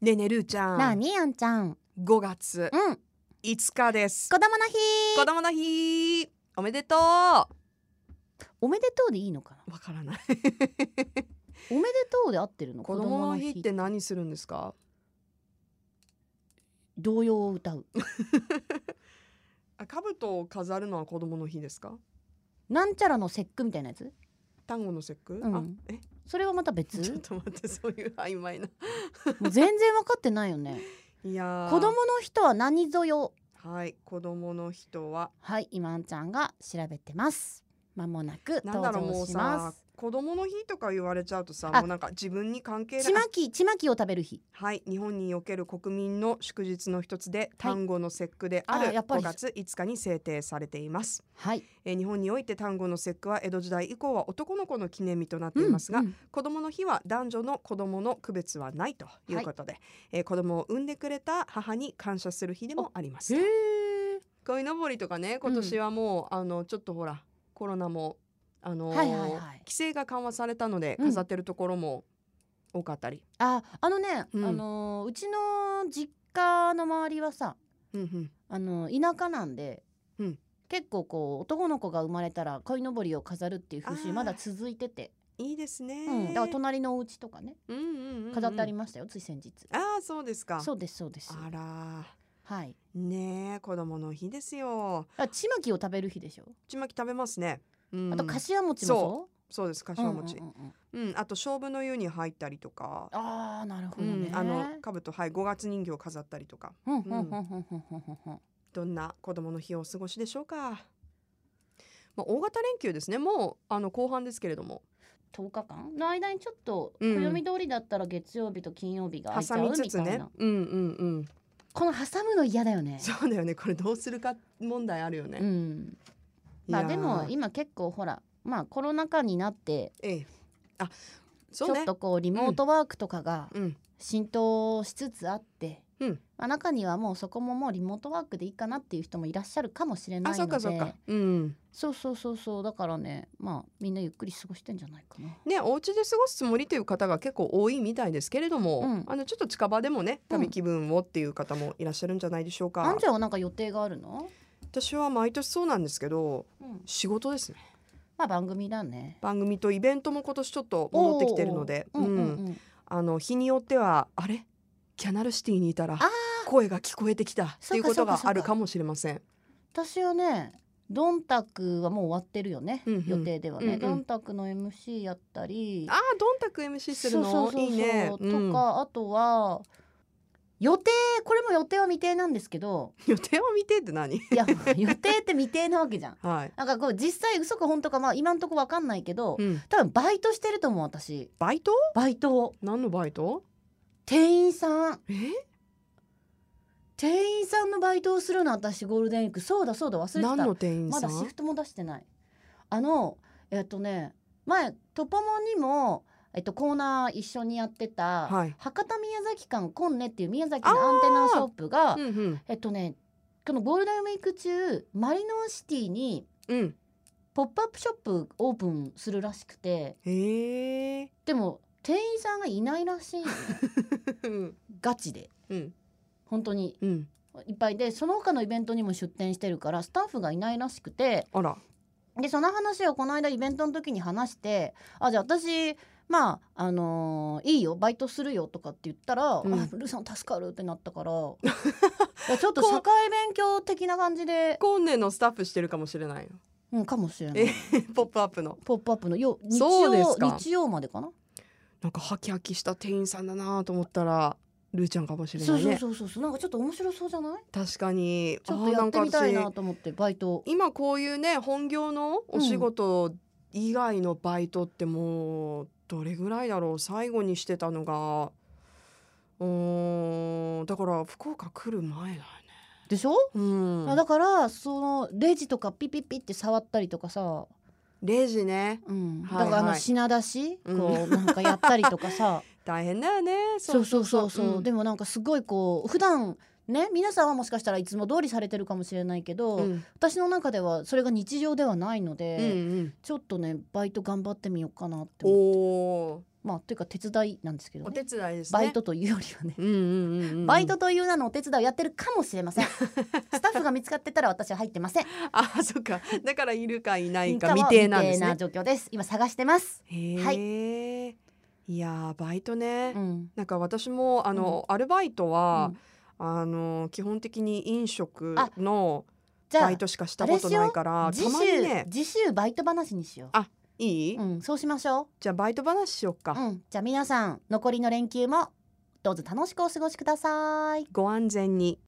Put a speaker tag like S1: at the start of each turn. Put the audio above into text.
S1: ねえねえるーちゃん
S2: なあにあんちゃん
S1: 5月
S2: うん
S1: 5日です
S2: 子供の日
S1: 子供の日おめでとうわ
S2: おめでとうでいいのかな
S1: から ない
S2: おめでとうで合ってるの
S1: 子供の日って何するんですか
S2: 童謡を歌う
S1: あ兜を飾るのは子供の日ですか
S2: なんちゃらの節句みたいなやつ
S1: 単語の節句、
S2: うん
S1: あえ
S2: それはまた
S1: ちょっ
S2: 別
S1: と待ってそういう曖昧な
S2: もう全然分かってない よね
S1: いやー
S2: 子供の人は何ぞよ
S1: はい子供の人は
S2: はい今あんちゃんが調べてますまもな
S1: なん
S2: く登
S1: だろうも
S2: 場
S1: う
S2: しま
S1: さ
S2: す
S1: 子供の日とか言われちゃうとさ
S2: あ
S1: もうなんか自分に関係な
S2: ち
S1: い
S2: まきちまきを食べる日
S1: はい、日本における国民の祝日の一つで、単語の節句であ
S2: あ
S1: る
S2: やっぱ
S1: 5
S2: り
S1: 月5日に制定されています。
S2: はい
S1: えー日本において単語の節句は江戸時代以降は男の子の記念日となっていますが、
S2: うん
S1: 子供の日は男女の子供の区別はないということで、えー子供を産んでくれた母に感謝する日でもあります
S2: へ。
S1: 鯉のぼりとかね、今年はもう、あのちょっとほらコロナもあのー
S2: はいはいはい
S1: 規制が緩和されたので
S2: うん
S1: 飾ってるところも多かったり。
S2: ああのね、
S1: うん
S2: あのーうちの実家の周りはさ
S1: うんうん
S2: あの田舎なんで、
S1: うん
S2: 結構こう男の子が生まれたら鯉のぼりを飾るっていう風
S1: あー
S2: 習まだ続いてて、
S1: いいですね、
S2: うん、だから隣のお家とかね
S1: うんうんうんうん
S2: 飾ってありましたよ、つい先日
S1: ああそうですか。
S2: そうですそうです
S1: あら
S2: はい
S1: ねえ子供の日ですよ。
S2: あちまきを食べる日でしょ、
S1: ちまき食べますね。うん、
S2: あとかしわ餅もそ
S1: そうですか
S2: う
S1: しわ餅。う
S2: うんんうんうんうん
S1: あと勝負の湯に入ったりとか。
S2: ああなるほ
S1: う
S2: ど
S1: ん
S2: ね、、
S1: あの兜はい五月人形飾ったりとか
S2: うんうんうんうんうんうんうん
S1: どんな子供の日をお過ごしでしょうか。まあ大型連休ですねもうあの後半ですけれども
S2: 10日間の間にちょっと
S1: うん
S2: 暦通りだったら月曜日と金曜日が空いちゃ
S1: 挟
S2: う
S1: み
S2: みた
S1: つ
S2: い
S1: つ
S2: な、
S1: ねうんうんうん
S2: この挟むの嫌だよね
S1: そうだよねこれどうするか問題あるよね。
S2: うんま
S1: いやー
S2: あでも今結構ほらまあコロナ禍になって
S1: ええあ
S2: ち
S1: そう
S2: ょ
S1: ね
S2: っとこうリモートワークとかが
S1: うん
S2: 浸透しつつあって、
S1: うん
S2: まあ、中にはもうそこももうリモートワークでいいかなっていう人もいらっしゃるかもしれない
S1: あそ
S2: の
S1: う
S2: で
S1: かそうかうん
S2: そうそうそうそうだからねまあみんなゆっくり過ごしてんじゃないかな。
S1: ね、お家で過ごすつもりという方が結構多いみたいですけれども、
S2: うん
S1: あのちょっと近場でもね旅
S2: うん
S1: 気分をっていう方もいらっしゃるんじゃないでしょうか、
S2: あんちゃんはなんか予定があるの、
S1: 私は毎年そうなんですけど
S2: うん、
S1: 仕事ですね
S2: まあ番組だね。
S1: 番組とイベントも今年ちょっと戻ってきてるので、
S2: おーうんうん
S1: うん
S2: うん、
S1: あの日によってはあれキャナルシティにいたら
S2: あー
S1: 声が聞こえてきたっていうことがあるかもしれません
S2: 私はねドンタクはもう終わってるよね、
S1: うんうん
S2: 予定ではね、
S1: うんうん
S2: ドンタクの MC やったり
S1: あーどんたく MC するの
S2: そうそうそうそう
S1: いいね
S2: とか、
S1: うん
S2: あとは予定これも予定は未定なんですけど
S1: 予定を見てって何
S2: い や予定って未定なわけじゃん。
S1: はい、
S2: なんかこう実際嘘か本当かまあ今んとこわかんないけど、
S1: うん、
S2: 多分バイトしてると思う私
S1: バイト
S2: バイトを
S1: 何のバイト
S2: 店員さん
S1: え
S2: 店員さんのバイトをするの私ゴールデンウィークそうだそうだ忘れてた
S1: 何の店員
S2: ま
S1: さ
S2: だ
S1: ん
S2: シフトも出してないあのえっとね前トポモにもえっとコーナー一緒にやってた、
S1: はい
S2: 博多宮崎館コンネっていう宮崎のアンテナショップが
S1: うんうん
S2: えっとねこのゴールデンウィーク中マリノンシティに
S1: うん。
S2: ポップアップショップオープンするらしくて
S1: へえ。
S2: でも店員さんがいないらしいのね
S1: うん
S2: ガチで
S1: うん
S2: 本当に
S1: うん。
S2: いっぱいでその他のイベントにも出店してるからスタッフがいないらしくて
S1: あら。
S2: でその話をこの間イベントの時に話して「あじゃあ私まああのーいいよバイトするよ」とかって言ったら「
S1: うん
S2: あルーさん助かる」ってなった からいやちょっと社会勉強的な感じで、
S1: 今年のスタッフしてるかもしれないよ。
S2: うん、かもしれな
S1: え
S2: い。、
S1: ポップアップの。
S2: ポップアップのよ日
S1: そうです
S2: 曜
S1: か
S2: 日曜までかな
S1: なんかハキハキした店員さんだなと思ったら。ルーちゃんかもしれ
S2: そ
S1: な
S2: う
S1: い
S2: そう
S1: ね。
S2: そうそうそうなんかちょっと面白そうじゃない
S1: 確かに。
S2: ちょっと
S1: あー
S2: やってみたい
S1: んか
S2: な
S1: 私
S2: と思ってバイト
S1: 今こういうね、本業のお仕事以外のバイトってもう。どれぐらいだろう、最後にしてたのが。うーん、だから福岡来る前だよね。
S2: でしょ、
S1: うん
S2: あ。だからそのレジとかピピピって触ったりとかさ、
S1: レジね。
S2: うん、だ
S1: はいはい
S2: からあの品出し、
S1: うん
S2: こうなんかやったりとかさ
S1: 大変だよね。
S2: そうそうそうそう、
S1: ん
S2: でもなんかすごいこう普段ね皆さんはもしかしたらいつも通りされてるかもしれないけど、
S1: うん
S2: 私の中ではそれが日常ではないので、
S1: うんうん
S2: ちょっとねバイト頑張ってみようかなって思う
S1: おー
S2: まあというか手伝いなんですけど、
S1: お
S2: ね
S1: 手伝いですね
S2: バイトというよりはね、
S1: うんうんうんうん
S2: バイトという名のお手伝いをやってるかもしれ ませんスタッフが見つかってたら私は入ってません
S1: あそっかだからいるかいないか
S2: は
S1: 未定なんです
S2: 未
S1: ね
S2: 定な状況です今探してます、はい
S1: へえいやーバイトね、
S2: うん
S1: なんか私もあの、アルバイトは
S2: う、ん
S1: あの基本的に飲食の
S2: じゃ
S1: バ
S2: あ
S1: イトしかしたことないから
S2: 次
S1: たまに
S2: 週、
S1: ね
S2: 次週バイト話にしよ、
S1: あいいう
S2: うん、そうしましょ
S1: じゃあバイト話しよっか、
S2: う、うん、じゃあ皆さん残りの連休もどうぞ楽しくお過ごしください
S1: ご安全に